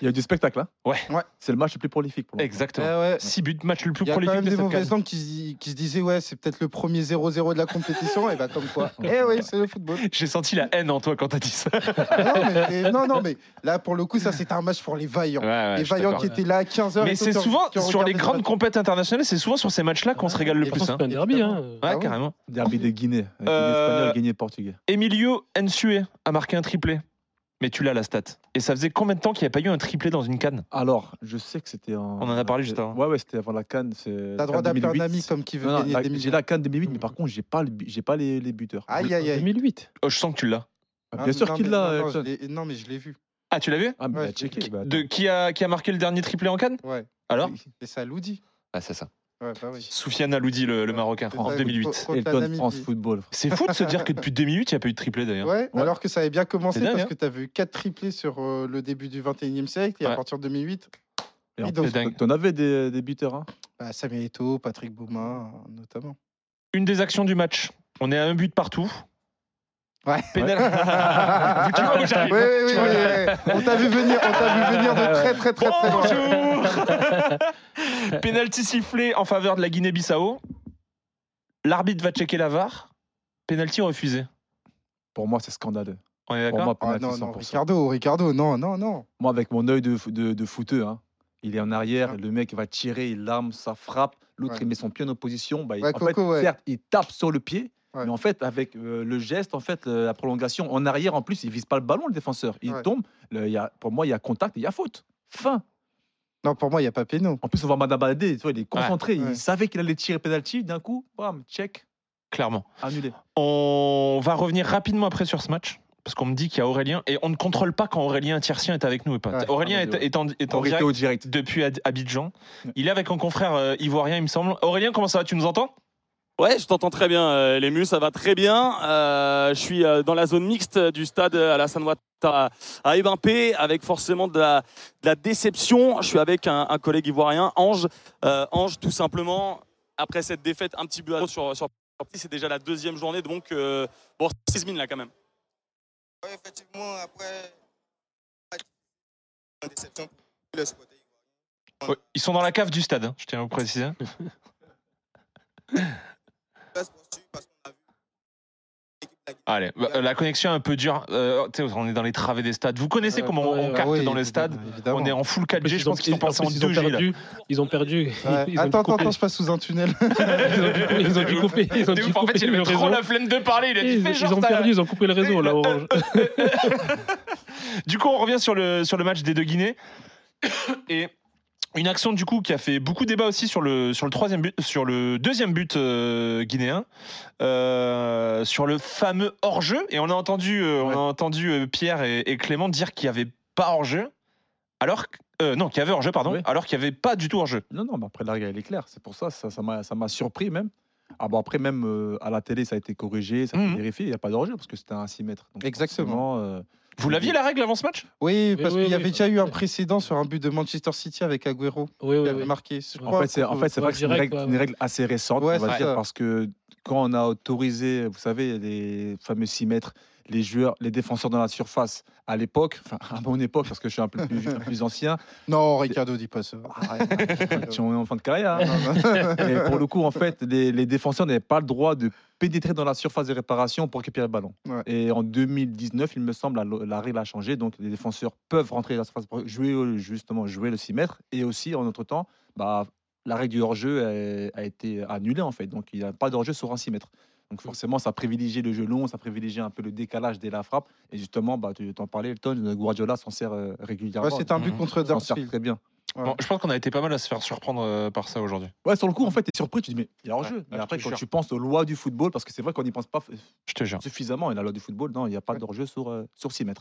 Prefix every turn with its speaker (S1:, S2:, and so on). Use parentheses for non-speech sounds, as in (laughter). S1: Il y a du spectacle, hein
S2: Ouais.
S3: Ouais.
S1: C'est le match le plus prolifique pour l'instant.
S3: Eh
S2: Exactement.
S3: ouais.
S2: 6 Euh, buts, match le plus
S3: Il y a quand même
S2: prolifique de
S3: des
S2: cette
S3: mauvaises
S2: canne.
S3: langues qui, se dis- qui se disaient ouais c'est peut-être le premier 0-0 de la compétition et bah comme
S2: (laughs)
S3: quoi eh oui c'est le football
S2: J'ai senti la haine en toi quand t'as dit ça.
S3: non mais, et- non, non, mais là pour le coup ça c'était un match pour les vaillants les vaillants qui étaient là à 15h
S2: Mais c'est souvent, sur les grandes compètes internationales, c'est souvent sur ces matchs-là qu'on se régale le
S3: Et
S2: plus.
S3: pourtant,
S2: hein.
S4: C'est un derby. Hein.
S2: Ouais,
S3: Ah oui.
S2: carrément.
S1: Derby de Guinée. Guinée
S2: Euh,
S1: espagnole, Guinée portugais.
S2: Emilio Nsue a marqué un triplé. Mais tu l'as la stat. Et ça faisait combien de temps qu'il n'y a pas eu un triplé dans une canne
S1: Alors, je sais que c'était en.
S2: On en a parlé juste avant.
S1: Ouais, ouais, c'était avant la Cannes. c'est
S3: t'as
S1: la
S3: droit
S1: Cannes
S3: d'appeler un
S1: 2008.
S3: ami comme qui veut
S1: Non, non,
S3: gagner
S1: la-
S3: des
S1: j'ai
S3: millions Mmh.
S1: la Cannes 2008, mais par contre, j'ai pas, le bu- j'ai pas les, les buteurs.
S3: aïe aïe aïe
S4: 2008.
S2: Oh, Je sens que tu l'as.
S1: Ah,
S3: Ah,
S1: bien sûr
S3: non,
S1: qu'il
S3: mais-
S1: l'a.
S3: non, non, je
S1: Elton.
S3: l'ai- non mais je l'ai vu
S2: Ah, tu l'as vu
S1: Ah, mais
S3: Ouais,
S1: bah,
S3: je l'ai-
S1: checké. bah,
S2: de, qui, a, qui a marqué le dernier triplé en canne
S3: ouais
S2: Alors
S3: et ça Loudi
S2: Ah, c'est ça.
S3: ouais bah oui
S2: Soufiane Aloudi, le, le Marocain, en
S3: Ouais.
S2: 2008.
S3: contre la
S1: Elton,
S3: Namibie.
S1: France Football.
S2: C'est fou de se dire que depuis 2008, il n'y a pas eu de triplé d'ailleurs.
S3: Ouais,
S1: Ouais.
S3: alors que ça avait bien commencé
S2: C'est dingue,
S3: parce
S2: hein.
S3: que t'avais eu 4 triplés sur euh, le début du 21e siècle et
S2: Ouais.
S3: à partir de 2008,
S1: Et en plus,
S3: Dis donc.
S2: C'est dingue.
S1: T'en avais des, des buteurs, hein
S3: bah, Samuel Eto'o, Patrick Boumin euh, notamment.
S2: Une des actions du match. On est à un but partout.
S3: Ouais.
S2: Pénal.
S3: (laughs) Ouais.
S2: (laughs) tu vois où j'arrive hein.
S3: Oui, oui, oui,
S2: Tu vois,
S3: oui,
S2: j'arrive. Ah,
S3: oui. On t'a vu venir, on t'a vu venir de très, très, très, très loin.
S2: Bonjour (laughs) Pénalty sifflé en faveur de la Guinée-Bissau. L'arbitre va checker la VAR. Pénalty refusé.
S1: Pour moi, c'est scandaleux.
S2: On est
S1: Pour
S2: d'accord
S1: moi,
S3: Ah
S1: penalty
S3: non, non,
S1: 100%.
S3: Ricardo, Ricardo, non, non, non.
S1: Moi, avec mon œil de, f- de, de footeux, hein, il est en arrière, le mec va tirer, il arme, ça frappe. L'autre,
S3: Ouais.
S1: il met son pied en opposition. Bah, il-
S3: Ouais,
S1: en fait,
S3: Coco, ouais.
S1: certes, il tape sur le pied,
S3: Ouais.
S1: mais en fait, avec euh, le geste, en fait, le- la prolongation en arrière, en plus, il vise pas le ballon, le défenseur. Il
S3: Ouais.
S1: tombe. Le- il y a, pour moi, il y a contact, et il y a faute. Fin.
S3: Non, pour moi, il n'y a pas péno.
S1: En plus, on voit Madame Baladé, tu vois, il est concentré.
S3: Ouais.
S1: Il savait qu'il allait tirer penalty. D'un coup, bam, check,
S2: Clairement.
S1: annulé.
S2: On va revenir rapidement après sur ce match. Parce qu'on me dit qu'il y a Aurélien. Et on ne contrôle pas quand Aurélien Tiercien est avec nous ou pas.
S3: Ouais.
S2: Aurélien
S1: Ah,
S2: est,
S1: mon Dieu.
S2: est en, est en
S1: Aurait été
S2: direct
S1: au direct.
S2: depuis Ad- Abidjan.
S1: Ouais.
S2: Il est avec un confrère euh, ivoirien, il me semble. Aurélien, comment ça va Tu nous entends
S5: Ouais, je t'entends très bien, euh, les murs, ça va très bien. Euh, je suis euh, dans la zone mixte du stade euh, Alassane Ouattara à Ebimpé, avec forcément de la, de la déception. Je suis avec un, un collègue ivoirien, Ange. Euh, Ange, tout simplement, après cette défaite, un petit but à l'autre sur, sur Paris, c'est déjà la deuxième journée, donc euh, bon, 6 mines là quand même.
S6: Ouais, effectivement, après, en déception pour le supporter
S2: Ouais, Ils sont dans la cave du stade, hein, je tiens à vous préciser.
S6: ivoirien. Parce qu'on a vu l'équipe de la Guinée.
S2: Allez, bah, euh, la connexion est un peu dure. Euh, tu sais, on est dans les travées des stades. Vous connaissez
S4: Ouais,
S2: comment
S4: Euh, ouais,
S2: on
S4: ouais,
S2: capte
S3: Ah oui,
S2: dans les stades
S3: évidemment.
S2: On est en full
S4: En plus,
S2: 4G, je
S4: ils ont-
S2: pense qu'ils sont
S4: en plus,
S2: passés en
S4: ils ont
S2: 2G là.
S4: perdu. Ils ont perdu.
S2: (laughs)
S3: Ouais.
S4: Ils- ils ont
S3: Attends,
S4: dû
S3: attends,
S4: couper.
S3: attends, je passe sous un tunnel.
S4: Ils ont dû- Ils ont dû couper. Ils ont
S2: De
S4: dû
S2: ouf, en
S4: couper
S2: fait, il
S4: le
S2: avait trop
S4: réseau.
S2: la flemme de parler. Il a dit,
S4: Ils
S2: fais
S4: ils
S2: genre,
S4: ont
S2: t'as la-
S4: perdu, ils ont coupé le réseau
S2: (laughs)
S4: là, Orange.
S2: Du coup, on revient sur le, sur le match des deux Guinées. Et une action, du coup, qui a fait beaucoup débat aussi sur le, sur le, troisième but, sur le deuxième but euh, guinéen, euh, sur le fameux hors-jeu. Et on a entendu, euh, on
S1: Ouais.
S2: a entendu euh, Pierre et, et Clément dire qu'il n'y avait pas hors-jeu, alors que- euh, non, qu'il y avait hors-jeu, pardon,
S1: Ouais.
S2: alors qu'il n'y avait pas du tout hors-jeu.
S1: Non, non, mais après, la règle, elle est claire. C'est pour ça, ça ça m'a ça m'a surpris même. Ah bon, après, même euh, à la télé, ça a été corrigé, ça a été
S2: Mhm.
S1: vérifié, il n'y a pas d'enjeu parce que c'était un 6 mètres. Donc,
S3: Mmh. Exactement.
S1: forcément, euh,
S2: Vous l'aviez la règle avant ce match
S3: Oui,
S4: Oui,
S3: parce
S4: oui,
S3: qu'il y
S4: oui.
S3: avait déjà eu un précédent sur un but de Manchester City avec Agüero.
S4: Oui,
S3: Il
S4: oui,
S3: avait
S4: oui.
S3: marqué. Je
S4: En
S1: en
S3: crois,
S1: fait, c'est en fait, c'est
S4: ouais,
S1: vrai que c'est une,
S4: direct,
S1: règle-
S4: ouais,
S1: une
S4: ouais.
S1: règle assez récente,
S3: Ouais,
S1: on va
S3: c'est
S1: dire,
S3: ça.
S1: parce que quand on a autorisé, vous savez, les fameux 6 mètres, les joueurs, les défenseurs dans la surface, à l'époque, enfin (laughs) à mon époque, parce que je suis un peu plus, un peu plus ancien,
S3: (laughs) Non, Ricardo, dis pas ça.
S2: (laughs)
S1: arrête, arrête, on est en fin de carrière. hein.
S3: Non, non.
S1: Et pour le coup, en fait, les, les défenseurs n'avaient pas le droit de pénétrer dans la surface de réparation pour récupérer le ballon.
S3: Ouais.
S1: Et en 2019, il me semble, la, lo- la règle a changé. Donc, les défenseurs peuvent rentrer dans la surface pour jouer, au- justement, jouer le 6 mètres. Et aussi, en notre temps, bah, la règle du hors-jeu euh, a, été annulée, en fait. Donc, il n'y a pas de hors-jeu sur un 6 mètres. Donc, forcément, ça privilégie le jeu long, ça privilégie un peu le décalage dès la frappe. Et justement, bah, tu t'en parlais, Elton, Guardiola s'en sert euh, régulièrement.
S3: Ouais, C'était un but
S2: Mhm.
S3: contre
S1: Il s'en sert
S3: Dortmund.
S1: très bien.
S3: Ouais.
S2: Bon, Je pense qu'on a été pas mal à se faire surprendre euh, par ça aujourd'hui.
S1: Ouais, sur le coup, en fait, t'es surpris, tu dis, mais il y a hors-jeu.
S2: Ouais,
S1: mais
S2: ouais,
S1: après,
S2: je te
S1: quand
S2: jure.
S1: tu penses aux lois du football, parce que c'est vrai qu'on n'y pense pas f-
S2: Je te jure.
S1: suffisamment, et la loi du football, non, il n'y a pas
S3: Ouais.
S1: d'hors-jeu sur, euh, sur 6 mètres.